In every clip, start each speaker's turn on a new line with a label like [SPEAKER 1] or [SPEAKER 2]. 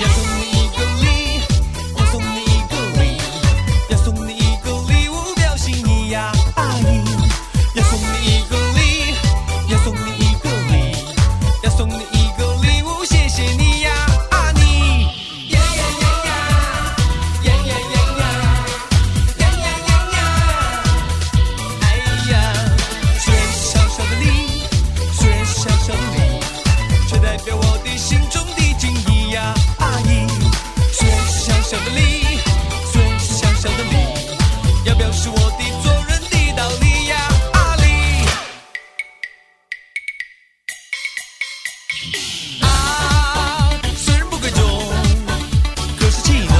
[SPEAKER 1] 要送你一个礼，我送你一个礼，要送你一个礼物表示你呀爱意。要送你一个礼，要送你一个礼，要送你一个礼物，谢谢你呀爱你。呀呀呀呀，呀呀呀呀，呀呀呀呀，哎呀，最小小的礼，最小小的礼。却代表我的心中的敬意呀，阿姨。虽小小的礼，虽小小的礼，要表示我的做人的道理呀，阿里。啊，虽然不贵重，可是气浓，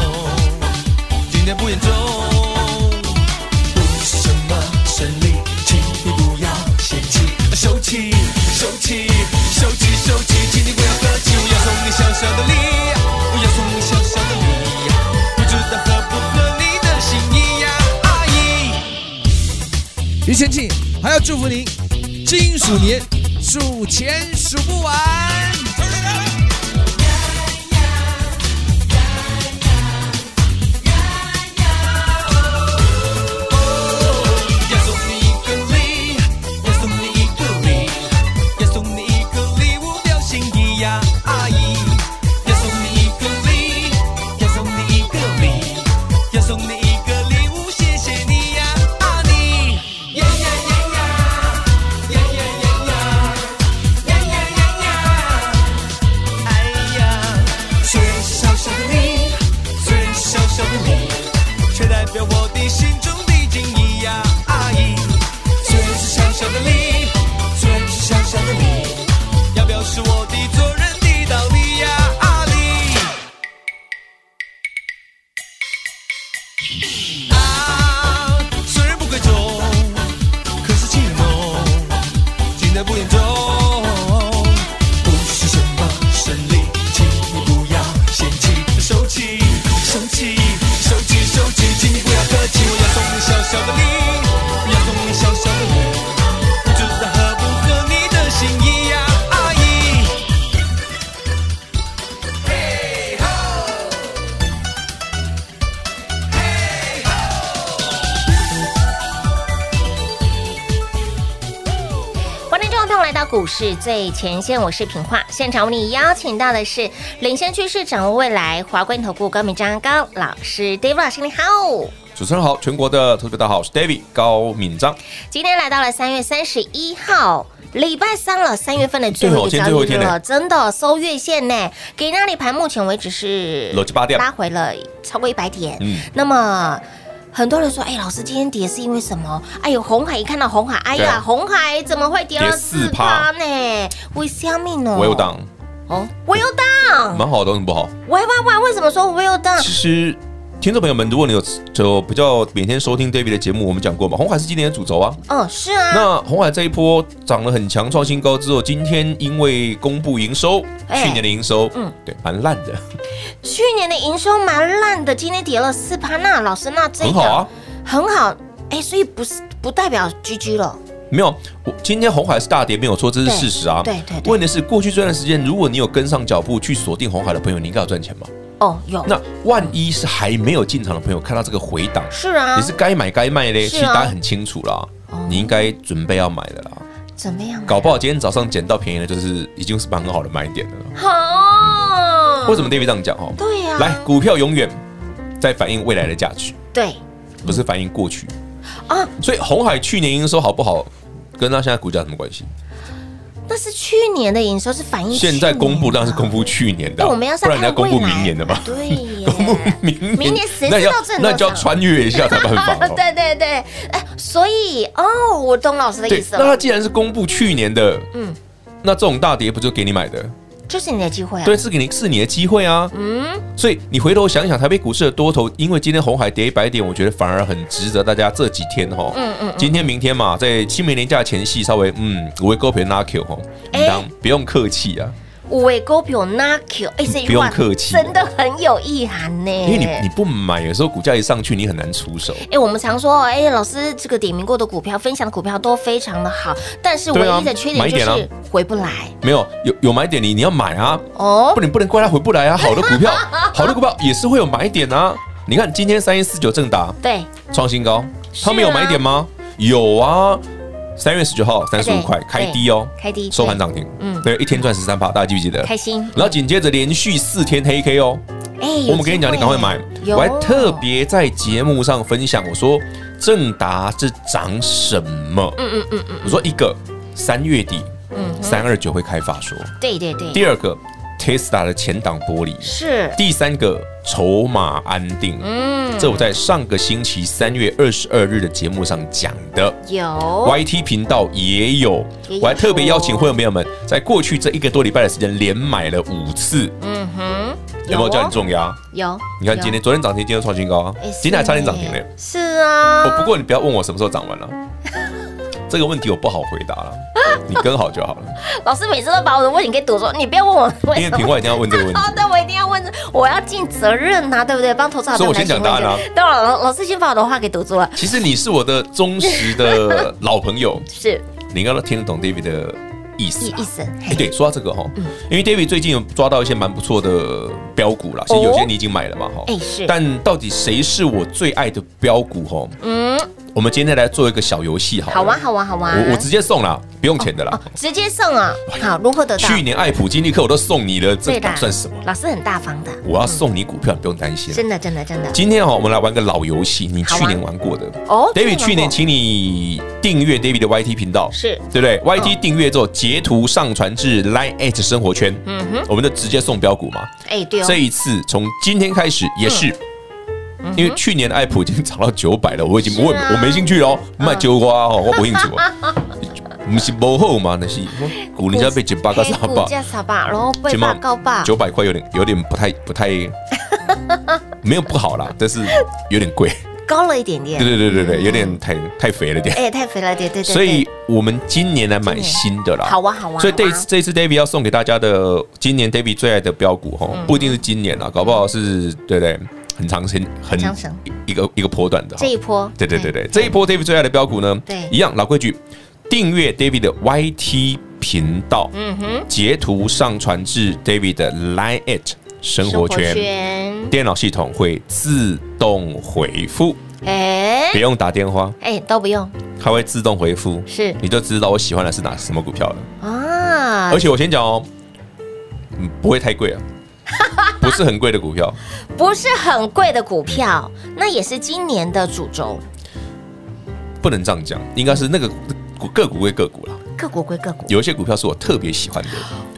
[SPEAKER 1] 今天不严重。不是什么神力，请你不要嫌弃，收起，收起，收起，收起，请你不要客气。我要送你小小的礼，我要送你小小的礼，不知道合不合你的心意呀，阿姨。
[SPEAKER 2] 于前庆还要祝福您，金鼠年数钱数不完。
[SPEAKER 1] 要送你一个礼，要送你一个礼，要送你一个礼物表心意呀，阿姨。要送你一个礼，要送你一个礼，要送你一个礼物，谢谢你呀，阿你。呀呀呀呀，呀呀呀呀，呀呀呀呀，哎呀，虽然小小的你，虽然小小的你。却代表我的心中的敬意呀，阿姨。虽然是小小的你，虽然是小小的你，要表示我的做人的道理呀，阿里。啊，虽然不贵重，可是情浓。今天不严重。不是什么神力，请你不要嫌弃，收起，收起，收起，收起，请你不要客气。我要送你小小的礼，我要送你小小的礼，不知道合不合你的心意呀，阿姨。嘿吼，嘿吼。
[SPEAKER 3] 欢迎听众朋友来到股市最前线，我是平化。现场为你邀请到的是领先趋势、掌握未来华冠投顾高敏章高老师，David 老师，你好。
[SPEAKER 4] 主持人好，全国的投资者大家好，我是 David 高敏章。
[SPEAKER 3] 今天来到了三月三十一号。礼拜三了，三月份的最后一
[SPEAKER 4] 对
[SPEAKER 3] 个
[SPEAKER 4] 哦今天最
[SPEAKER 3] 交
[SPEAKER 4] 后
[SPEAKER 3] 易
[SPEAKER 4] 一
[SPEAKER 3] 日
[SPEAKER 4] 天
[SPEAKER 3] 了，
[SPEAKER 4] 呢
[SPEAKER 3] 真的收月线呢，给那里盘目前为止是
[SPEAKER 4] 六七八点
[SPEAKER 3] 拉回了超过一百点。
[SPEAKER 4] 嗯
[SPEAKER 3] 那么很多人说，哎，老师今天跌是因为什么？哎呦，红海一看到红海，哎
[SPEAKER 4] 对
[SPEAKER 3] 呀，
[SPEAKER 4] 啊
[SPEAKER 3] 红海怎么会跌了
[SPEAKER 4] 跌
[SPEAKER 3] 四
[SPEAKER 4] 4%
[SPEAKER 3] 趴呢？为什么呢？
[SPEAKER 4] 我有档，
[SPEAKER 3] 哦，Well done！
[SPEAKER 4] 蛮好的，为什么不好？
[SPEAKER 3] 喂喂喂，为什么说 Well
[SPEAKER 4] 其
[SPEAKER 3] done？
[SPEAKER 4] 实听众朋友们，如果你有就比较每天收听 David 的节目，我们讲过嘛，红海是今年的主轴啊。
[SPEAKER 3] 嗯，是啊，
[SPEAKER 4] 那红海这一波涨了很强，创新高之后，今天因为公布营收，
[SPEAKER 3] 哎
[SPEAKER 4] 去年的营收，
[SPEAKER 3] 嗯
[SPEAKER 4] 嗯，对，蛮烂的，
[SPEAKER 3] 去年的营收蛮烂的，今天跌了四趴。那老师，那这
[SPEAKER 4] 很
[SPEAKER 3] 个
[SPEAKER 4] 好啊，
[SPEAKER 3] 很好，哎，所以不是不代表 GG 了，
[SPEAKER 4] 没有，我今天红海是大跌，没有错，这是事实啊。
[SPEAKER 3] 对对对
[SPEAKER 4] 问题是，过去这段时间，如果你有跟上脚步去锁定红海的朋友，你应该有赚钱嘛？
[SPEAKER 3] 哦，有，
[SPEAKER 4] 那万一是还没有进场的朋友，看到这个回档，
[SPEAKER 3] 是啊
[SPEAKER 4] 你，是该买该卖嘞？
[SPEAKER 3] 是啊哦
[SPEAKER 4] 其实答案很清楚啦，你应该准备要买的啦。
[SPEAKER 3] 怎么样？
[SPEAKER 4] 搞不好今天早上捡到便宜的，就是已经是蛮很好的买点的了。
[SPEAKER 3] 好，
[SPEAKER 4] 为什么 David 这样讲哦？
[SPEAKER 3] 嗯对呀
[SPEAKER 4] 来，股票永远在反映未来的价值，
[SPEAKER 3] 对
[SPEAKER 4] 不是反映过去
[SPEAKER 3] 啊？
[SPEAKER 4] 所以红海去年营收好不好，跟它现在股价有什么关系？
[SPEAKER 3] 那是去年的营收是反映
[SPEAKER 4] 现在公布当然是公
[SPEAKER 3] 布，
[SPEAKER 4] 布去年的
[SPEAKER 3] 哎
[SPEAKER 4] 啊，
[SPEAKER 3] 我们要
[SPEAKER 4] 不
[SPEAKER 3] 上
[SPEAKER 4] 然你要公布明年的吧？
[SPEAKER 3] 对耶，
[SPEAKER 4] 公布明年，
[SPEAKER 3] 明年谁
[SPEAKER 4] 那
[SPEAKER 3] 知
[SPEAKER 4] 你要
[SPEAKER 3] 道这能
[SPEAKER 4] 那你就要
[SPEAKER 3] 上
[SPEAKER 4] 穿越一下才办法哦。
[SPEAKER 3] 对对对，哎，所以哦，我懂老师的意
[SPEAKER 4] 对，
[SPEAKER 3] 思
[SPEAKER 4] 那
[SPEAKER 3] 了，
[SPEAKER 4] 它既然是公布去年的，
[SPEAKER 3] 嗯
[SPEAKER 4] 嗯，那这种大跌不就给你买的？
[SPEAKER 3] 这是你的机会啊！
[SPEAKER 4] 对，是给你是你的机会啊。
[SPEAKER 3] 嗯，
[SPEAKER 4] 所以你回头想想，台北股市的多头，因为今天红海跌一百点，我觉得反而很值得大家这几天哈，
[SPEAKER 3] 嗯嗯嗯
[SPEAKER 4] 今天明天嘛，在清明年假前夕稍微嗯，为高频拉 Q 哈，
[SPEAKER 3] 哎
[SPEAKER 4] 当不用客气啊，
[SPEAKER 3] 五位勾表 knock you，哎，这
[SPEAKER 4] 不
[SPEAKER 3] 句
[SPEAKER 4] 用
[SPEAKER 3] 话
[SPEAKER 4] 客气
[SPEAKER 3] 真的很有意涵呢。
[SPEAKER 4] 因为你你不买，有时候股价一上去，你很难出手。
[SPEAKER 3] 哎、我们常说，哎、老师这个点名过的股票，分享的股票都非常的好，但是唯
[SPEAKER 4] 对啊
[SPEAKER 3] 一的缺
[SPEAKER 4] 买
[SPEAKER 3] 点
[SPEAKER 4] 一
[SPEAKER 3] 就
[SPEAKER 4] 点啊
[SPEAKER 3] 是回不来、
[SPEAKER 4] 没有有有买点你你要买啊，
[SPEAKER 3] 哦
[SPEAKER 4] 不。然你不能怪它回不来啊。好的 股票，好的股票也是会有买点啊。你看今天三一四九正达
[SPEAKER 3] 对，
[SPEAKER 4] 创新高，
[SPEAKER 3] 是
[SPEAKER 4] 它没有
[SPEAKER 3] 啊
[SPEAKER 4] 买点吗？有啊，三月十九号三十五
[SPEAKER 3] 啊对
[SPEAKER 4] 块开
[SPEAKER 3] 对
[SPEAKER 4] 低哦，
[SPEAKER 3] 开低
[SPEAKER 4] 收盘
[SPEAKER 3] 对
[SPEAKER 4] 涨停，
[SPEAKER 3] 嗯
[SPEAKER 4] 嗯，对，一天赚十三趴，大家记不记得？
[SPEAKER 3] 开心。
[SPEAKER 4] 然后紧接着连续四天黑 K 哦，
[SPEAKER 3] 哎、
[SPEAKER 4] 我们跟你讲，你赶快买。
[SPEAKER 3] 有
[SPEAKER 4] 我还特，别在节目上分享，我说正达是涨什么？
[SPEAKER 3] 嗯嗯嗯嗯，
[SPEAKER 4] 我说一个三月底
[SPEAKER 3] 嗯哼
[SPEAKER 4] 三二九会开法说，
[SPEAKER 3] 对对对，
[SPEAKER 4] 第二个 Tesla 的前挡玻璃，
[SPEAKER 3] 是，
[SPEAKER 4] 第三个筹码安定。
[SPEAKER 3] 嗯，
[SPEAKER 4] 这我在上个星期三月二十二日的节目上讲的。
[SPEAKER 3] 有，
[SPEAKER 4] YT 频道也有
[SPEAKER 3] 哦也有，
[SPEAKER 4] 我还特别邀请会员朋友们，在过去这一个多礼拜的时间，连买了五次，
[SPEAKER 3] 嗯哼，
[SPEAKER 4] 有没有叫
[SPEAKER 3] 哦
[SPEAKER 4] 你重压？
[SPEAKER 3] 有，
[SPEAKER 4] 你看今天，昨天涨停，今天创新高啊
[SPEAKER 3] 有，哎
[SPEAKER 4] 今天还差点涨停
[SPEAKER 3] 是
[SPEAKER 4] 嘞
[SPEAKER 3] 耶。是啊，
[SPEAKER 4] 我不过你不要问我什么时候涨完了，啊 这个问题我不好回答了，你跟好就好了，
[SPEAKER 3] 老师每次都把我的问题给躲着，你不要问我为
[SPEAKER 4] 因为
[SPEAKER 3] 什么
[SPEAKER 4] 平话一定要问这个问题。
[SPEAKER 3] 好的，哦我一定要问，我要尽责任呐、对不对？帮投资好朋友
[SPEAKER 4] 所以我先讲答案啊
[SPEAKER 3] 来询问一下。等会儿老老师先把我的话给啊堵住了，
[SPEAKER 4] 其实你是我的忠实的老朋友，
[SPEAKER 3] 是
[SPEAKER 4] 你应该都听得懂 David 的意思
[SPEAKER 3] 意
[SPEAKER 4] 啦。
[SPEAKER 3] 意思。
[SPEAKER 4] 哎，对，说到这个哈，
[SPEAKER 3] 嗯
[SPEAKER 4] 因为 David 最近有抓到一些蛮不错的标股啦，其实有些你已经买了嘛哈。
[SPEAKER 3] 哎是，
[SPEAKER 4] 但到底谁是我最爱的标股？哈，
[SPEAKER 3] 嗯，
[SPEAKER 4] 我们今天来做一个小游戏，好了。
[SPEAKER 3] 好玩好玩好玩，
[SPEAKER 4] 我我直接送啦，不用钱的啦
[SPEAKER 3] 哦。直接送啊，好，如何得到？
[SPEAKER 4] 去年爱普金利克我都送你了，这
[SPEAKER 3] 对的嗯
[SPEAKER 4] 打，算什么？
[SPEAKER 3] 老师很大方的，
[SPEAKER 4] 我要送你股票，你不用担心。
[SPEAKER 3] 真的真的真的。
[SPEAKER 4] 今天哈，我们来玩个老游戏，你
[SPEAKER 3] 好啊
[SPEAKER 4] 去年玩过的。
[SPEAKER 3] 哦
[SPEAKER 4] David 去年
[SPEAKER 3] 这
[SPEAKER 4] 请你订阅 David 的 YT 频道，
[SPEAKER 3] 是
[SPEAKER 4] 对不对？YT 订阅之后，截图上传至 Line at 生活圈，
[SPEAKER 3] 嗯哼，
[SPEAKER 4] 我们就直接送标股嘛。
[SPEAKER 3] 哎对哦嗯
[SPEAKER 4] 这，一次从今天开始也是，因为去年的爱普已经涨到九百了，我已经
[SPEAKER 3] 是
[SPEAKER 4] 我
[SPEAKER 3] 啊
[SPEAKER 4] 我没兴趣哦，卖九瓜哦，我不兴趣 哦。不是不后嘛，那是股人家被九八个
[SPEAKER 3] 黑
[SPEAKER 4] 三
[SPEAKER 3] 股
[SPEAKER 4] 吧，
[SPEAKER 3] 价啥吧，然后被
[SPEAKER 4] 今
[SPEAKER 3] 霸
[SPEAKER 4] 晚
[SPEAKER 3] 告霸，
[SPEAKER 4] 九百块有点有点不太不太，没有不好啦，但是有点贵。
[SPEAKER 3] 高了一点点
[SPEAKER 4] 对，对对对对，有点太太肥了点。
[SPEAKER 3] 哎太肥了点，对对对。
[SPEAKER 4] 所以我们今年来买
[SPEAKER 3] 今年
[SPEAKER 4] 新的啦。
[SPEAKER 3] 好啊好啊，
[SPEAKER 4] 所以
[SPEAKER 3] 好啊
[SPEAKER 4] 这一次哦这一次 David 要送给大家的，今年 David 最爱的标股哈，不一定是今年啦，啊搞不好是对不对？很长时间很
[SPEAKER 3] 长绳
[SPEAKER 4] 一个一个波段的。
[SPEAKER 3] 这一波，
[SPEAKER 4] 对对对对，这一波 David 最爱的标股呢，
[SPEAKER 3] 对
[SPEAKER 4] 一样老规矩，订阅 David 的 YT 频道，
[SPEAKER 3] 嗯哼，
[SPEAKER 4] 截图上传至 David 的 Line at 生活圈，
[SPEAKER 3] 圈，
[SPEAKER 4] 电脑系统会自动回复，
[SPEAKER 3] 哎
[SPEAKER 4] 不用打电话，
[SPEAKER 3] 哎都不用，
[SPEAKER 4] 它会自动回复，
[SPEAKER 3] 是
[SPEAKER 4] 你就知道我喜欢的是哪什么股票了。
[SPEAKER 3] 啊，
[SPEAKER 4] 而且我先讲哦，嗯，不会 太贵啊，不是很贵的股票，
[SPEAKER 3] 不是很贵的股票，那也是今年的主轴。
[SPEAKER 4] 不能这样讲，应该是那个股个股归个股啦。
[SPEAKER 3] 个股归个股，
[SPEAKER 4] 有一些股票是我特别喜欢的，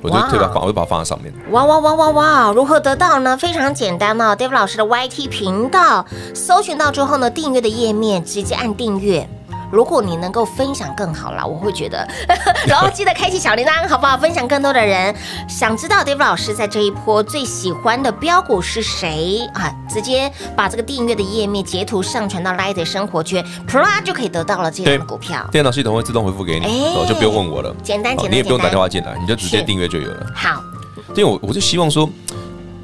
[SPEAKER 4] 我就
[SPEAKER 3] 哇
[SPEAKER 4] 特别把我会把它放在上面。
[SPEAKER 3] 哇哇哇哇哇！如何得到呢？非常简单哦，Dave 老师的 YT 频道搜寻到之后呢，订阅的页面直接按订阅。如果你能够分享更好啦，我会觉得， 然后记得开启小铃铛，好不好？分享更多的人。想知道 Dave 老师在这一波最喜欢的标股是谁啊？直接把这个订阅的页面截图上传到 Light 的生活圈，啪就可以得到了这样的
[SPEAKER 4] 对
[SPEAKER 3] 股票。
[SPEAKER 4] 电脑系统会自动回复给你，
[SPEAKER 3] 哎
[SPEAKER 4] 哦，就不用问我了，
[SPEAKER 3] 简单
[SPEAKER 4] 哦
[SPEAKER 3] 简单
[SPEAKER 4] 你也不用
[SPEAKER 3] 简单
[SPEAKER 4] 打电话进来，你就直接
[SPEAKER 3] 是
[SPEAKER 4] 订阅就有了。
[SPEAKER 3] 好，
[SPEAKER 4] 因为我我就希望说。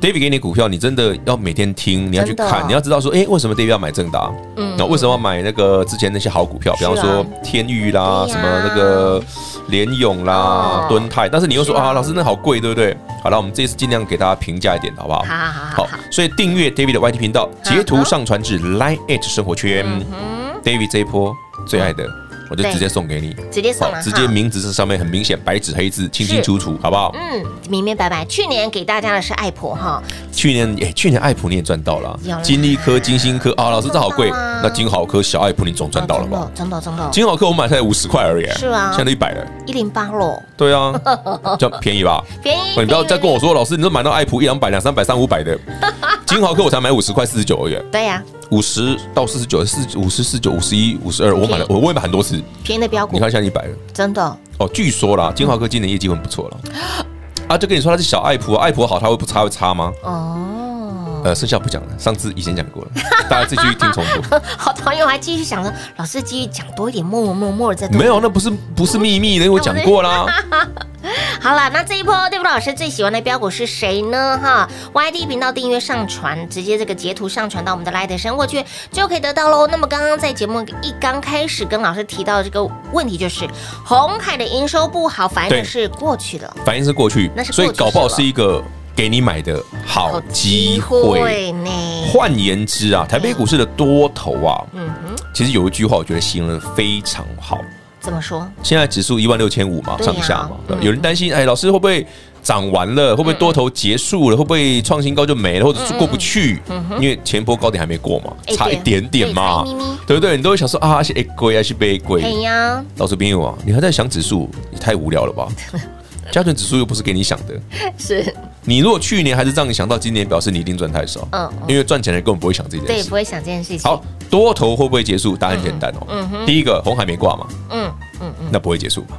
[SPEAKER 4] David 给你的股票，你真的要每天听，你要去
[SPEAKER 3] 真的
[SPEAKER 4] 看，你要知道说，哎，为什么 David 要买正达？
[SPEAKER 3] 嗯
[SPEAKER 4] 那为什么要买那个之前那些好股票？比方
[SPEAKER 3] 是啊
[SPEAKER 4] 说天域啦，
[SPEAKER 3] 对呀
[SPEAKER 4] 什么那个联勇啦
[SPEAKER 3] 哦、
[SPEAKER 4] 敦泰，但是你又说
[SPEAKER 3] 是啊
[SPEAKER 4] 啊，老师那好贵，对不对？好了，我们这次尽量给大家评价一点，好不好？
[SPEAKER 3] 好好好好好，
[SPEAKER 4] 所以订阅 David 的 YT 频道，截图上传至 Line at 生活圈。
[SPEAKER 3] 嗯，
[SPEAKER 4] David 这一波最爱的，我就
[SPEAKER 3] 对
[SPEAKER 4] 直接送给你，
[SPEAKER 3] 直接送了哈，
[SPEAKER 4] 直接名字是上面很明显，白纸黑字，清清楚楚，好不好？
[SPEAKER 3] 嗯，明明白白。去年给大家的是爱普哈，
[SPEAKER 4] 去年哎，去年爱普你也赚到了啊
[SPEAKER 3] 有啦，
[SPEAKER 4] 金利科、金星科啊，老师这好贵
[SPEAKER 3] 赚到啦，
[SPEAKER 4] 那金好科、小爱普你总赚到了吧
[SPEAKER 3] 哦？真的真的真的，
[SPEAKER 4] 金好科我买才五十块而已，
[SPEAKER 3] 是啊
[SPEAKER 4] 现在都一百了，
[SPEAKER 3] 一零八喽，
[SPEAKER 4] 对啊，这样便宜吧？哦
[SPEAKER 3] 便宜。
[SPEAKER 4] 你不要
[SPEAKER 3] 便宜
[SPEAKER 4] 再跟我。说，老师，你都买到爱普一两百、两三百、三 五百的，金豪科我才买五十块四十九而已，
[SPEAKER 3] 对呀，
[SPEAKER 4] 五十到四十九、四五十四九、五十一、五十二，我买了，我我也买很多次，
[SPEAKER 3] 便宜的标股
[SPEAKER 4] 你看，现在一百了。
[SPEAKER 3] 真的
[SPEAKER 4] 哦，据说啦，金豪科今年业绩会很不错了，啊，就跟你说他是小爱普啊，爱普好，他会不差会差吗？
[SPEAKER 3] 哦，
[SPEAKER 4] 呃，剩下不讲了，上次以前讲过了，大家自己去听重播。
[SPEAKER 3] 好讨厌！我还继续想着，老师继续讲多一点，默默默默的在
[SPEAKER 4] 没有，那不是不是秘密，哦那我讲过啦。
[SPEAKER 3] 好了，那这一波对不对？老师最喜欢的标股是谁呢？哈，YD 频道订阅上传，直接这个截图上传到我们的 Light 生活圈就可以得到喽。那么刚刚在节目一刚开始跟老师提到的这个问题，就是红海的营收不好，反
[SPEAKER 4] 对
[SPEAKER 3] 正是过去了。
[SPEAKER 4] 反应是过去
[SPEAKER 3] 那是，过
[SPEAKER 4] 所
[SPEAKER 3] 去
[SPEAKER 4] 以搞不好
[SPEAKER 3] 式了
[SPEAKER 4] 是一个给你买的好机会。
[SPEAKER 3] 呢？
[SPEAKER 4] 换言之啊，台北股市的多头啊，
[SPEAKER 3] 嗯哼，
[SPEAKER 4] 其实有一句话我觉得形容的非常好。
[SPEAKER 3] 怎么说？
[SPEAKER 4] 现在指数一万六千五嘛，
[SPEAKER 3] 对啊
[SPEAKER 4] 上下嘛，
[SPEAKER 3] 嗯
[SPEAKER 4] 有人担心，哎，老师会不会涨完了？会不会多头结束了？会不会创新高就没了，或者是过不去？因为前波高点还没过嘛
[SPEAKER 3] 嗯哎，
[SPEAKER 4] 差一点点嘛
[SPEAKER 3] 对差一咪咪，
[SPEAKER 4] 对不对？你都会想说啊，是 A 贵还是 B 贵？
[SPEAKER 3] 哎呀，
[SPEAKER 4] 老师朋友啊，你还在想指数，你太无聊了 吧？加权指数又不是给你想的，
[SPEAKER 3] 是
[SPEAKER 4] 你如果去年还是这样想到，今年表示你一定赚太少，
[SPEAKER 3] 嗯嗯
[SPEAKER 4] 因为赚钱的人根本不会想这件
[SPEAKER 3] 对，
[SPEAKER 4] 事
[SPEAKER 3] 不。会想这件事情。
[SPEAKER 4] 好，，多头会不会结束？答案简单哦，
[SPEAKER 3] 嗯哼
[SPEAKER 4] 第一个红海没挂嘛，
[SPEAKER 3] 嗯嗯嗯，
[SPEAKER 4] 那不会结束嘛。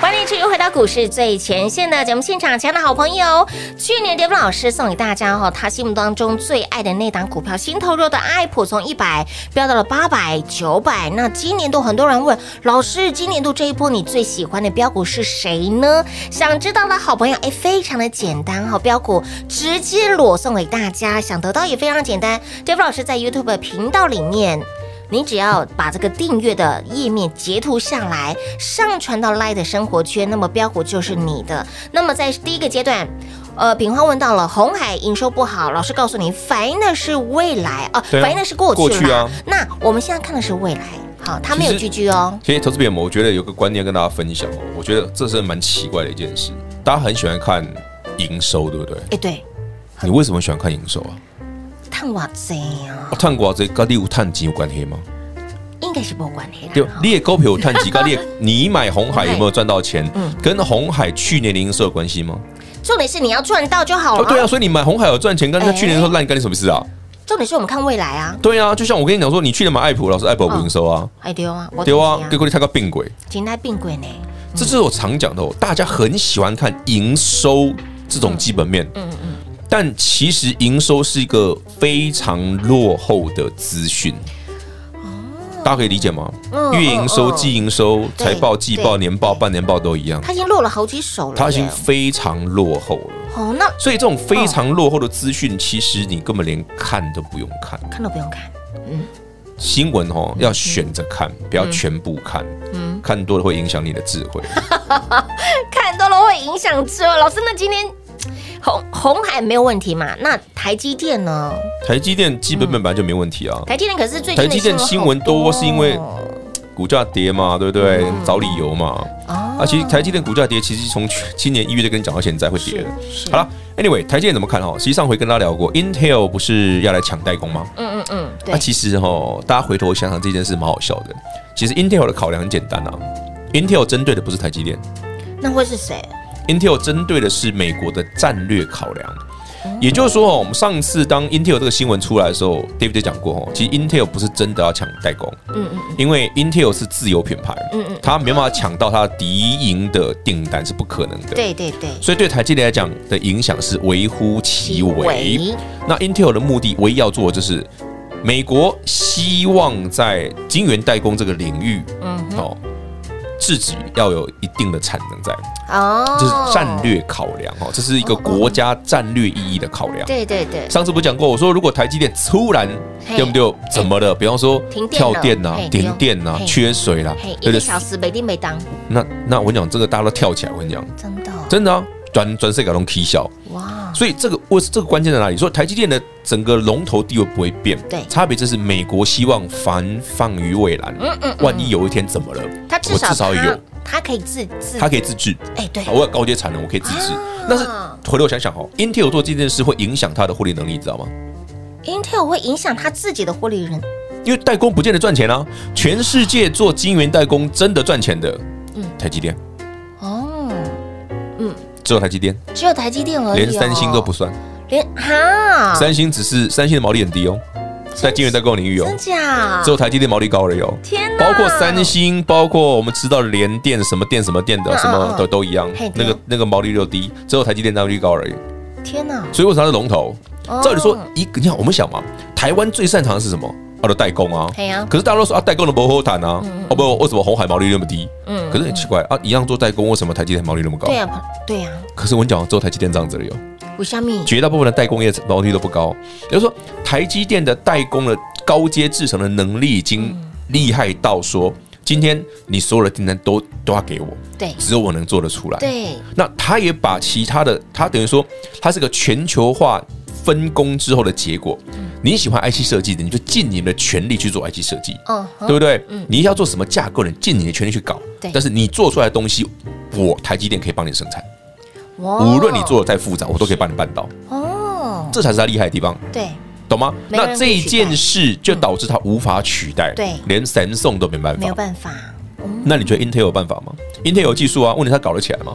[SPEAKER 3] 欢迎持续回到股市最前线的节目现场，亲爱的好朋友，去年 d a 老师送给大家哦，他心目当中最爱的那档股票新投入的爱普，从一百飙到了八百、九百。那今年度很多人问老师，今年度这一波你最喜欢的标股是谁呢？想知道的好朋友，哎，非常的简单哈、哦，标股直接裸送给大家，想得到也非常简单。d a 老师在 YouTube 频道里面。你只要把这个订阅的页面截图下来，上传到 Line 的生活圈，那么标股就是你的。那么在第一个阶段，呃，炳花问到了红海营收不好，老师告诉你反映的是未来啊，
[SPEAKER 4] 对啊
[SPEAKER 3] 反映的是过去啦。
[SPEAKER 4] 过去啊
[SPEAKER 3] 那我们现在看的是未来，好，他没有
[SPEAKER 4] 其
[SPEAKER 3] 居
[SPEAKER 4] 实
[SPEAKER 3] 居哦。
[SPEAKER 4] 其实投资朋友们，我觉得有个观念跟大家分享哦，我觉得这是蛮奇怪的一件事。大家很喜欢看营收，对不对？
[SPEAKER 3] 哎，对，
[SPEAKER 4] 你为什么喜欢看营收啊？
[SPEAKER 3] 探瓦贼啊，
[SPEAKER 4] 啊探股啊，这跟你有探基有关系吗？
[SPEAKER 3] 应该是不管黑
[SPEAKER 4] 对啊
[SPEAKER 3] 啦，哈
[SPEAKER 4] 你也股票有探 基，跟你的你买哎红海有没有赚到钱
[SPEAKER 3] 嗯？
[SPEAKER 4] 跟红海去年的营收有关系吗？
[SPEAKER 3] 重点是你要赚到就好
[SPEAKER 4] 哦，
[SPEAKER 3] 了。
[SPEAKER 4] 对啊，所以你买红海有赚钱，跟他去年说烂干你什么事啊？
[SPEAKER 3] 重点是我们看未来啊。
[SPEAKER 4] 对啊，就像我跟你讲说，你去年买爱普，老师爱普不营收啊，
[SPEAKER 3] 哎丢啊，我
[SPEAKER 4] 对啊，
[SPEAKER 3] 同
[SPEAKER 4] 结
[SPEAKER 3] 意
[SPEAKER 4] 果你看个病鬼。
[SPEAKER 3] 今天病鬼呢？
[SPEAKER 4] 这就是我常讲的、哦，大家很喜欢看营收这种基本面，
[SPEAKER 3] 嗯嗯，
[SPEAKER 4] 但其实营收是一个非常落后的资讯。大家可以理解吗？
[SPEAKER 3] 哦嗯
[SPEAKER 4] 月营收、
[SPEAKER 3] 嗯嗯
[SPEAKER 4] 季营收、
[SPEAKER 3] 对
[SPEAKER 4] 财报、季报、
[SPEAKER 3] 对
[SPEAKER 4] 年报、半年报都一样，
[SPEAKER 3] 他已经落了好几手了耶。
[SPEAKER 4] 它已经非常落后了。
[SPEAKER 3] 哦，那
[SPEAKER 4] 所以这种非常落后的资讯，其实你根本连看都不用看。
[SPEAKER 3] 看都不用看。
[SPEAKER 4] 新闻哦，
[SPEAKER 3] 嗯
[SPEAKER 4] 要选着看，不要全部看。看多了会影响你的智 慧。
[SPEAKER 3] 看多了会影响吃哦。老师，那今天红红海没有问题嘛？那台积电呢？
[SPEAKER 4] 台积电基本面本来就没问题啊。
[SPEAKER 3] 台积电可是最近的
[SPEAKER 4] 台积电新闻多
[SPEAKER 3] 好哦
[SPEAKER 4] 是因为股价跌嘛，对不对？找理由嘛。啊，其实台积电股价跌，其实从去今年一月就跟你讲到现在会跌的。好了，Anyway，台积电怎么看哈？实际上回跟大家聊过，Intel 不是要来抢代工吗？
[SPEAKER 3] 嗯嗯嗯，对
[SPEAKER 4] 那，啊其实哈，大家回头想想这件事蛮好笑的。其实 Intel 的考量很简单啊，Intel 针对的不是台积电
[SPEAKER 3] 那会是谁？啊
[SPEAKER 4] ，Intel 针对的是美国的战略考量。也就是说哦，我们上次当 Intel 这个新闻出来的时候，David 就讲过哦，其实 Intel 不是真的要抢代工，
[SPEAKER 3] 嗯嗯
[SPEAKER 4] 因为 Intel 是自有品牌，
[SPEAKER 3] 嗯嗯
[SPEAKER 4] 它没办法抢到它敌营的订单是不可能的。，
[SPEAKER 3] 对对对，
[SPEAKER 4] 所以对台积电来讲的影响是微乎其微
[SPEAKER 3] 微。
[SPEAKER 4] 那 Intel 的目的唯一要做的就是，美国希望在晶圆代工这个领域，
[SPEAKER 3] 嗯
[SPEAKER 4] 哦，自己要有一定的产能在，
[SPEAKER 3] 哦，
[SPEAKER 4] 这是战，略考量哦，这是一个国家战略意义的考量。
[SPEAKER 3] 对对对，
[SPEAKER 4] 上次不讲过，我说如果台积电突然
[SPEAKER 3] 嘿
[SPEAKER 4] 对不对？怎么了？比方说
[SPEAKER 3] 停电
[SPEAKER 4] 跳
[SPEAKER 3] 了
[SPEAKER 4] 电呐
[SPEAKER 3] 嘿、
[SPEAKER 4] 停电呐
[SPEAKER 3] 对、嘿
[SPEAKER 4] 缺水啦
[SPEAKER 3] 嘿，，一
[SPEAKER 4] 对不
[SPEAKER 3] 个
[SPEAKER 4] 对？
[SPEAKER 3] 小时没定没当，
[SPEAKER 4] 那那我跟你讲，这个大家都跳起来，我跟你讲，
[SPEAKER 3] 真的哦，
[SPEAKER 4] 真的啊，转转世搞龙 K 笑。
[SPEAKER 3] 嗯哇，
[SPEAKER 4] 所以这个我这个关键在哪里？说台积电的整个龙头地位不会变，
[SPEAKER 3] 对
[SPEAKER 4] 差别就是美国希望防放于未然，万一有一天怎么了，
[SPEAKER 3] 嗯它至少
[SPEAKER 4] 我至少有
[SPEAKER 3] 它它可以自自，
[SPEAKER 4] 它可以自制。
[SPEAKER 3] 哎啊对
[SPEAKER 4] 好，我有高阶产能，我可以自制。但是回头想想哦，Intel 做这件事会影响它的获利能力，你知道吗？
[SPEAKER 3] Intel 会影响它自己的获利人，
[SPEAKER 4] 因为代工不见得赚钱啊，全世界做晶圆代工真的赚钱的，嗯，台积电
[SPEAKER 3] 哦，
[SPEAKER 4] 只有台积电，
[SPEAKER 3] 只有台积电而已、哦，
[SPEAKER 4] 连三星都不算，
[SPEAKER 3] 连哈，
[SPEAKER 4] 三星只是三星的毛利很低哦，在晶圆代工领域哦
[SPEAKER 3] 真，假？
[SPEAKER 4] 只有台积电毛利高了哟。
[SPEAKER 3] 天哪！
[SPEAKER 4] 包括三星，包括我们知道的联电什么电什么电的
[SPEAKER 3] 嗯
[SPEAKER 4] 什么
[SPEAKER 3] 嗯
[SPEAKER 4] 的
[SPEAKER 3] 嗯
[SPEAKER 4] 都一样
[SPEAKER 3] 嘿，
[SPEAKER 4] 那
[SPEAKER 3] 对
[SPEAKER 4] 个那个毛利率低，只有台积电毛利高而已。
[SPEAKER 3] 天哪！
[SPEAKER 4] 所以为什么它是龙头？
[SPEAKER 3] 哦
[SPEAKER 4] 照理说，一个你看我们想嘛，台湾最擅长的是什么？它的代工啊
[SPEAKER 3] 嘿呀，嗯
[SPEAKER 4] 可是大家都说啊，代工的不好谈啊，哦不，为什么红海毛利率那么低？可是很奇怪啊，一样做代工，为什么台积电毛利那么高
[SPEAKER 3] 对？啊呀、对呀、
[SPEAKER 4] 可是我跟你讲，只有台积电这样子了哟，
[SPEAKER 3] 我虾米？
[SPEAKER 4] 绝大部分的代工业毛利率都不高。也就是说，台积电的代工的高阶制程的能力已经厉害到说，今天你所有的订单都都要给我，
[SPEAKER 3] 对
[SPEAKER 4] 只有我能做得出来。
[SPEAKER 3] 对，
[SPEAKER 4] 那他也把其他的，他等于说，他是个全球化分工之后的结果。你喜欢 IC 设计的，你就尽你的全力去做 IC 设计，
[SPEAKER 3] 嗯
[SPEAKER 4] 对
[SPEAKER 3] 哼，
[SPEAKER 4] 不对？你要做什么架构，你尽你的全力去搞
[SPEAKER 3] 对。
[SPEAKER 4] 但是你做出来的东西，我台积电可以帮你生产，
[SPEAKER 3] 哇
[SPEAKER 4] 无论你做的再复杂，我都可以帮你办到。
[SPEAKER 3] 哦，
[SPEAKER 4] 这才是他厉害的地方，
[SPEAKER 3] 对，
[SPEAKER 4] 懂吗？
[SPEAKER 3] 没人可以
[SPEAKER 4] 那
[SPEAKER 3] 嗯
[SPEAKER 4] 这一件事就导致他无法取代，
[SPEAKER 3] 对
[SPEAKER 4] 连神送都没办
[SPEAKER 3] 没
[SPEAKER 4] 法
[SPEAKER 3] 有。办法，
[SPEAKER 4] 那你觉得 Intel 有办法吗？Intel 有技术啊，问题它搞得起来吗？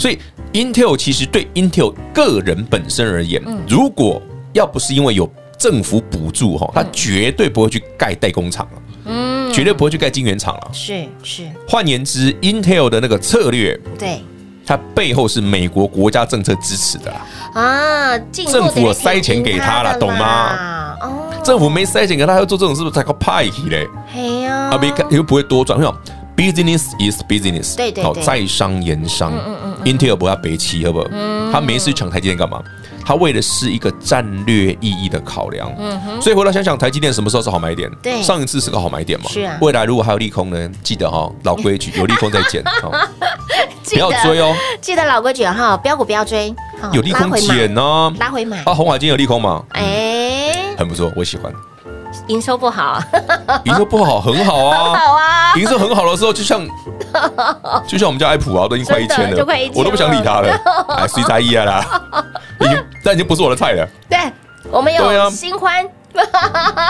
[SPEAKER 4] 所以 Intel 其实对 Intel 个人本身而言，如果要不是因为有政府补助哈，他绝对不会去盖代工厂了，
[SPEAKER 3] 嗯，
[SPEAKER 4] 绝对不会去盖晶圆厂了。
[SPEAKER 3] 是是，
[SPEAKER 4] 换言之，Intel 的那个策略，
[SPEAKER 3] 对
[SPEAKER 4] 它背后是美国国家政策支持的啦。
[SPEAKER 3] 啊，进步
[SPEAKER 4] 政府
[SPEAKER 3] 等于
[SPEAKER 4] 有塞钱给他啦
[SPEAKER 3] 平
[SPEAKER 4] 懂
[SPEAKER 3] 衡啦
[SPEAKER 4] 吗？
[SPEAKER 3] 哦，
[SPEAKER 4] 政府没塞钱给他，要做这种事，才靠派系嘞。
[SPEAKER 3] 嘿呀，
[SPEAKER 4] 啊，没看又不会多赚。我想 business is business，
[SPEAKER 3] 对对对嗯
[SPEAKER 4] 好，在商言商。Intel 不要北齐，好不好？他没事抢台积电干嘛？他为的是一个战略意义的考量。所以回头想想，台积电什么时候是好买点？
[SPEAKER 3] 嗯对
[SPEAKER 4] 上一次是个好买点嘛。
[SPEAKER 3] 是啊
[SPEAKER 4] 未来如果还有利空呢，记得哈，老规 矩，有利空再减，哦
[SPEAKER 3] 记
[SPEAKER 4] 不要
[SPEAKER 3] 得
[SPEAKER 4] 追哦，
[SPEAKER 3] 记得老规矩啊哈，标股不要追，哦
[SPEAKER 4] 有利空减，呢。
[SPEAKER 3] 拉回买，拉回买，
[SPEAKER 4] 啊，红海今天有利空嘛？
[SPEAKER 3] 哎，
[SPEAKER 4] 很不错，我喜欢。
[SPEAKER 3] 营收不 好，
[SPEAKER 4] 营收不好，很好啊。
[SPEAKER 3] 好啊，
[SPEAKER 4] 营收很好的时候，就像就像我们家爱普啊，都已经快一千
[SPEAKER 3] 真的
[SPEAKER 4] 了，
[SPEAKER 3] 都快1000了
[SPEAKER 4] 我都不想理 他了，哎，随在意啊啦，已经但已经不是我的菜 了，
[SPEAKER 3] 对，我们
[SPEAKER 4] 对
[SPEAKER 3] 有
[SPEAKER 4] 啊
[SPEAKER 3] 新欢，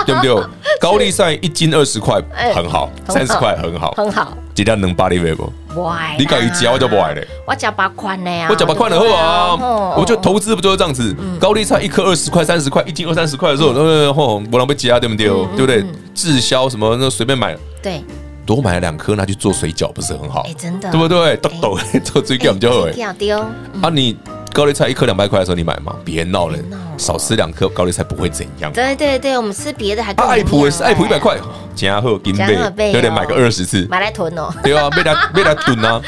[SPEAKER 4] 对不对？高丽菜一斤二十块
[SPEAKER 3] 哎，
[SPEAKER 4] 很好，
[SPEAKER 3] 很好
[SPEAKER 4] 三十块很好，
[SPEAKER 3] 很好，
[SPEAKER 4] 今天能巴黎微不？
[SPEAKER 3] 哇，
[SPEAKER 4] 你敢一加我就不爱嘞，
[SPEAKER 3] 我加八块的呀，
[SPEAKER 4] 我讲八块了后啊，我
[SPEAKER 3] 就
[SPEAKER 4] 就投资不就是这样子？
[SPEAKER 3] 嗯
[SPEAKER 4] 高丽菜一颗二十块、三十块，一斤二三十块的时候，呃，吼，我让被加对不对？
[SPEAKER 3] 嗯
[SPEAKER 4] 对不对？滞销什么那随便买，
[SPEAKER 3] 对，
[SPEAKER 4] 多买了两颗拿去做水饺，不是很好
[SPEAKER 3] 哎，？真的，
[SPEAKER 4] 哦对不对？抖抖 做水饺比较好哎。
[SPEAKER 3] 掉丢，
[SPEAKER 4] 啊，你高丽菜一颗两百块的时候你买吗？别闹了
[SPEAKER 3] 别闹了，
[SPEAKER 4] 少吃两颗高丽菜不会怎样。
[SPEAKER 3] 对对对，我们吃别的还
[SPEAKER 4] 啊，
[SPEAKER 3] 更
[SPEAKER 4] 爱普也是，
[SPEAKER 3] 营养
[SPEAKER 4] 爱普一百
[SPEAKER 3] 哎，
[SPEAKER 4] 块，加贺金
[SPEAKER 3] 加贺贝哦
[SPEAKER 4] 贝，对对，买个二十次，
[SPEAKER 3] 买来囤哦，
[SPEAKER 4] 对啊，被他被他炖啊。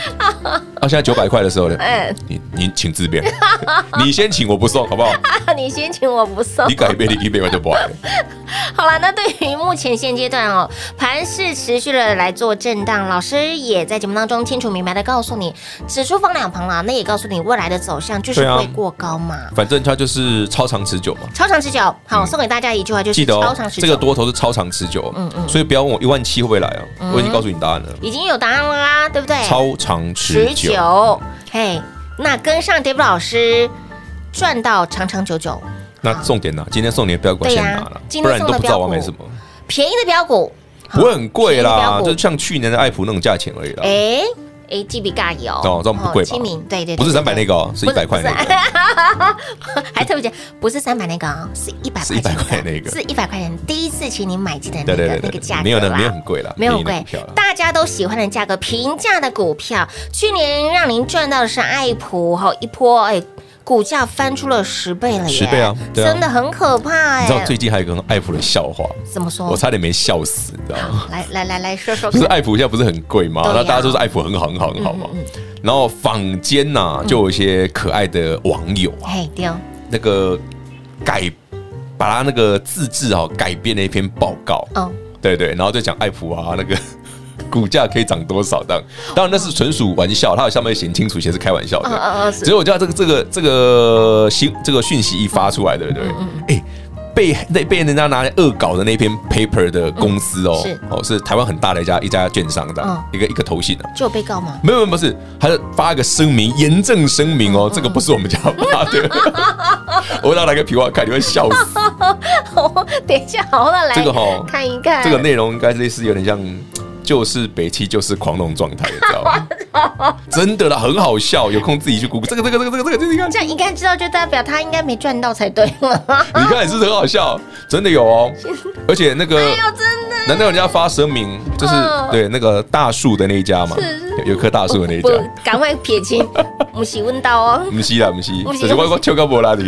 [SPEAKER 4] 啊，现在九百块的时候呢
[SPEAKER 3] 哎，
[SPEAKER 4] 你你请自便， 你先请我不 送，好不好？
[SPEAKER 3] 啊你先请我不送
[SPEAKER 4] 你。改变你一杯我就不爱了。
[SPEAKER 3] 好了，那对于目前现阶段哦，盘势持续的来做震荡，老师也在节目当中清楚明白的告诉你，指数放两旁啦，啊那也告诉你未来的走向就是
[SPEAKER 4] 对啊
[SPEAKER 3] 会过高嘛，
[SPEAKER 4] 反正它就是超长持久嘛。
[SPEAKER 3] 超长持久。好，送给大家一句话，就是
[SPEAKER 4] 记得
[SPEAKER 3] 超
[SPEAKER 4] 哦
[SPEAKER 3] 长，持久。
[SPEAKER 4] 这个多头是超长持久，嗯嗯，所以不要问我一万七会不会来啊，我已经告诉你答案了，
[SPEAKER 3] 已经有答案了啦，对不嗯对？
[SPEAKER 4] 超长持久。
[SPEAKER 3] 久，嘿，那跟上 Dave 老师赚到长长久久，
[SPEAKER 4] 那重点呢、啊今天送你的标股
[SPEAKER 3] 对
[SPEAKER 4] 先
[SPEAKER 3] 呀
[SPEAKER 4] 拿了，
[SPEAKER 3] 今天
[SPEAKER 4] 不然你
[SPEAKER 3] 送
[SPEAKER 4] 都
[SPEAKER 3] 的
[SPEAKER 4] 不知道
[SPEAKER 3] 标
[SPEAKER 4] 我买
[SPEAKER 3] 股
[SPEAKER 4] 什么，
[SPEAKER 3] 便宜的标股，
[SPEAKER 4] 不会很贵
[SPEAKER 3] 便宜的标
[SPEAKER 4] 啦，
[SPEAKER 3] 股
[SPEAKER 4] 就是像去年的爱普那种价钱而已啦。
[SPEAKER 3] 哎哎，几笔尬油
[SPEAKER 4] 哦这种不贵吧
[SPEAKER 3] 亲民，对对，对
[SPEAKER 4] 不是
[SPEAKER 3] 对
[SPEAKER 4] 三百
[SPEAKER 3] 对
[SPEAKER 4] 那个哦，是一百块那
[SPEAKER 3] 不是
[SPEAKER 4] 个，
[SPEAKER 3] 还特别讲，不是三百那个啊，是一百
[SPEAKER 4] 是100块那个
[SPEAKER 3] 是一百块钱第一次请你买进的那
[SPEAKER 4] 对对
[SPEAKER 3] 个
[SPEAKER 4] 对
[SPEAKER 3] 那个
[SPEAKER 4] 对
[SPEAKER 3] 价格
[SPEAKER 4] 对，没有的，
[SPEAKER 3] 啦
[SPEAKER 4] 没有很贵啦，
[SPEAKER 3] 没有
[SPEAKER 4] 便宜的
[SPEAKER 3] 贵
[SPEAKER 4] 股票啦，
[SPEAKER 3] 大家都喜欢的价格，平价的股票，去年让您赚到的是爱普哈一波，哎，股价翻出了十倍了耶，
[SPEAKER 4] 10倍啊对啊
[SPEAKER 3] 真的很可怕
[SPEAKER 4] 你
[SPEAKER 3] 哎
[SPEAKER 4] 知，道最近还有一个很爱普的笑话，
[SPEAKER 3] 怎么说
[SPEAKER 4] 我？差点没笑死，你知道吗？
[SPEAKER 3] 来来来来说说
[SPEAKER 4] 不是
[SPEAKER 3] 看，
[SPEAKER 4] 爱普现在不是很贵吗？
[SPEAKER 3] 哦对呀嗯
[SPEAKER 4] 那大家都是爱普很好很好很好嘛。然后坊间呐，就有一些可爱的网友啊，
[SPEAKER 3] 嘿丢，
[SPEAKER 4] 那个改把他那个自制哦改编了一篇报告，
[SPEAKER 3] 哦，
[SPEAKER 4] 对对，然后就讲爱普啊，那个 股价可以涨多少？当当然那是纯属玩笑，他有下面写清楚，写是开玩笑
[SPEAKER 3] 哦哦
[SPEAKER 4] 的。
[SPEAKER 3] 哦，
[SPEAKER 4] 只
[SPEAKER 3] 是嗯
[SPEAKER 4] 有我知道这个这个这个新这个讯息一发出来，对不对？哎，被被被人家拿来恶搞的那篇 paper 的公司哦，
[SPEAKER 3] 嗯是
[SPEAKER 4] 哦是台湾很大的一家一家券商的、
[SPEAKER 3] 嗯
[SPEAKER 4] 一个一个投信啊。
[SPEAKER 3] 就有被告吗？
[SPEAKER 4] 没有没有不是，他就发一个声明，严正声明哦，这个不是我们家发的。 我拿来个皮划看，你会笑死。
[SPEAKER 3] 等一下，好了，来
[SPEAKER 4] 这个哈
[SPEAKER 3] 看一看
[SPEAKER 4] 这个内容应该类似有点像，就是北汽就是狂龙状态，你知道吗？真的啦，很好笑，有空自己去估估这个这个这个这个这个，你看
[SPEAKER 3] 这样应该知道，就代表他应该没赚到才对了。
[SPEAKER 4] 你看也是很好笑，真的有哦。而且那个，
[SPEAKER 3] 真的
[SPEAKER 4] 难道人家发声明，就是
[SPEAKER 3] 嗯
[SPEAKER 4] 对那个大树的那一家嘛，有有棵大树的那一家
[SPEAKER 3] 不。，赶快撇 清，不喜问到哦。
[SPEAKER 4] 不是啦，不是
[SPEAKER 3] 不，是
[SPEAKER 4] 只是我我跳高博拉的。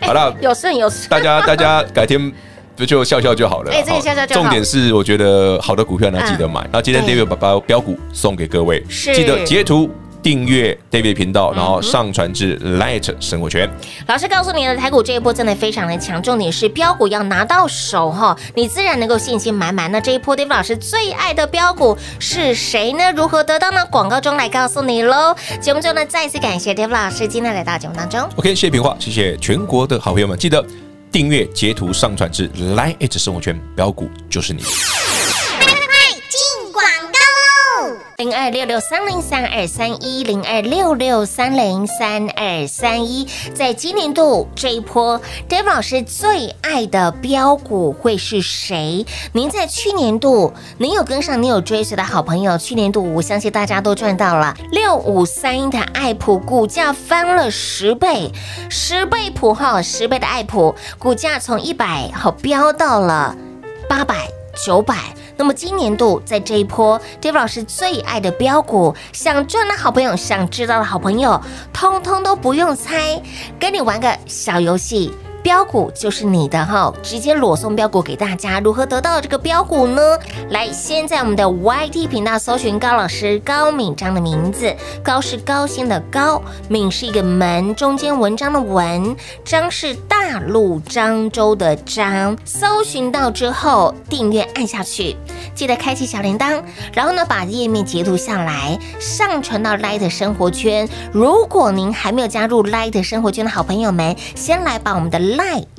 [SPEAKER 4] 好啦，
[SPEAKER 3] 有剩有剩，
[SPEAKER 4] 大家大家改天不就笑笑就好了啦。
[SPEAKER 3] 哎这个笑笑就好
[SPEAKER 4] 重点是我觉得好的股票呢
[SPEAKER 3] 嗯
[SPEAKER 4] 记得买。那今天
[SPEAKER 3] 对
[SPEAKER 4] David 把把标股送给各位，
[SPEAKER 3] 是嗯
[SPEAKER 4] 记得截图。订阅 David 频道，然后上传至 Light 生活圈。
[SPEAKER 3] 老师告诉你的台股这一波真的非常的强，重点是标股要拿到手哈，你自然能够信心满满。那这一波 David 老师最爱的标股是谁呢？如何得到呢？广告中来告诉你喽。节目中呢，再次感谢 David 老师今天来到节目当中。
[SPEAKER 4] OK，谢谢平话，谢谢全国的好朋友们，记得订阅、截图、上传至 Light 生活圈，标股就是你。
[SPEAKER 3] 零二六六三零三二三一零二六六三零三二三一，在今年度这一波，Dave 老师最爱的标股会是谁？您在去年度，您有跟上，您有追随的好朋友，去年度我相信大家都赚到了。六五三一的爱普股价翻了十倍，十倍普哈，十倍的爱普股价从一百好飙到了。八百、九百。那么今年度在这一波，Dave 老师最爱的标股，想赚的好朋友，想知道的好朋友，通通都不用猜，跟你玩个小游戏。标股就是你的哈，直接裸送标股给大家。如何得到这个标股呢？来，先在我们的 YT 频道搜寻高老师高敏章的名字，高是高薪的高，敏是一个门，中间文章的文，章是大陆漳州的漳。搜寻到之后，订阅按下去，记得开启小铃铛，然后呢，把页面截图下来，上传到 Light 生活圈。如果您还没有加入 Light 生活圈的好朋友们，先来把我们的 Light。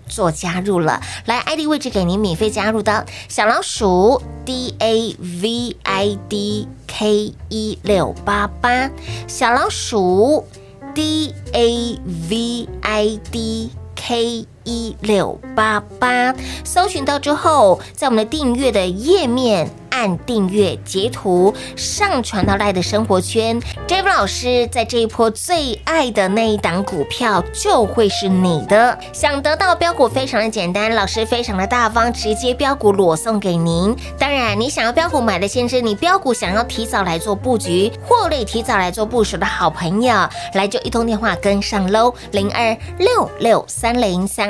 [SPEAKER 3] 做加入了，来 ID 位置给您免费加入的小老鼠 D A V I D K 一六八八，小老鼠 D A V I D K 一六八八，搜寻到之后，在我们的订阅的页面按订阅截图上传到赖的生活圈。Dave 老师在这一波最爱的那一档股票就会是你的。想得到标股非常的简单，老师非常的大方，直接标股裸送给您。当然，你想要标股买的先知，你标股想要提早来做布局，获利提早来做部署的好朋友，来就一通电话跟上喽，零二六六三零三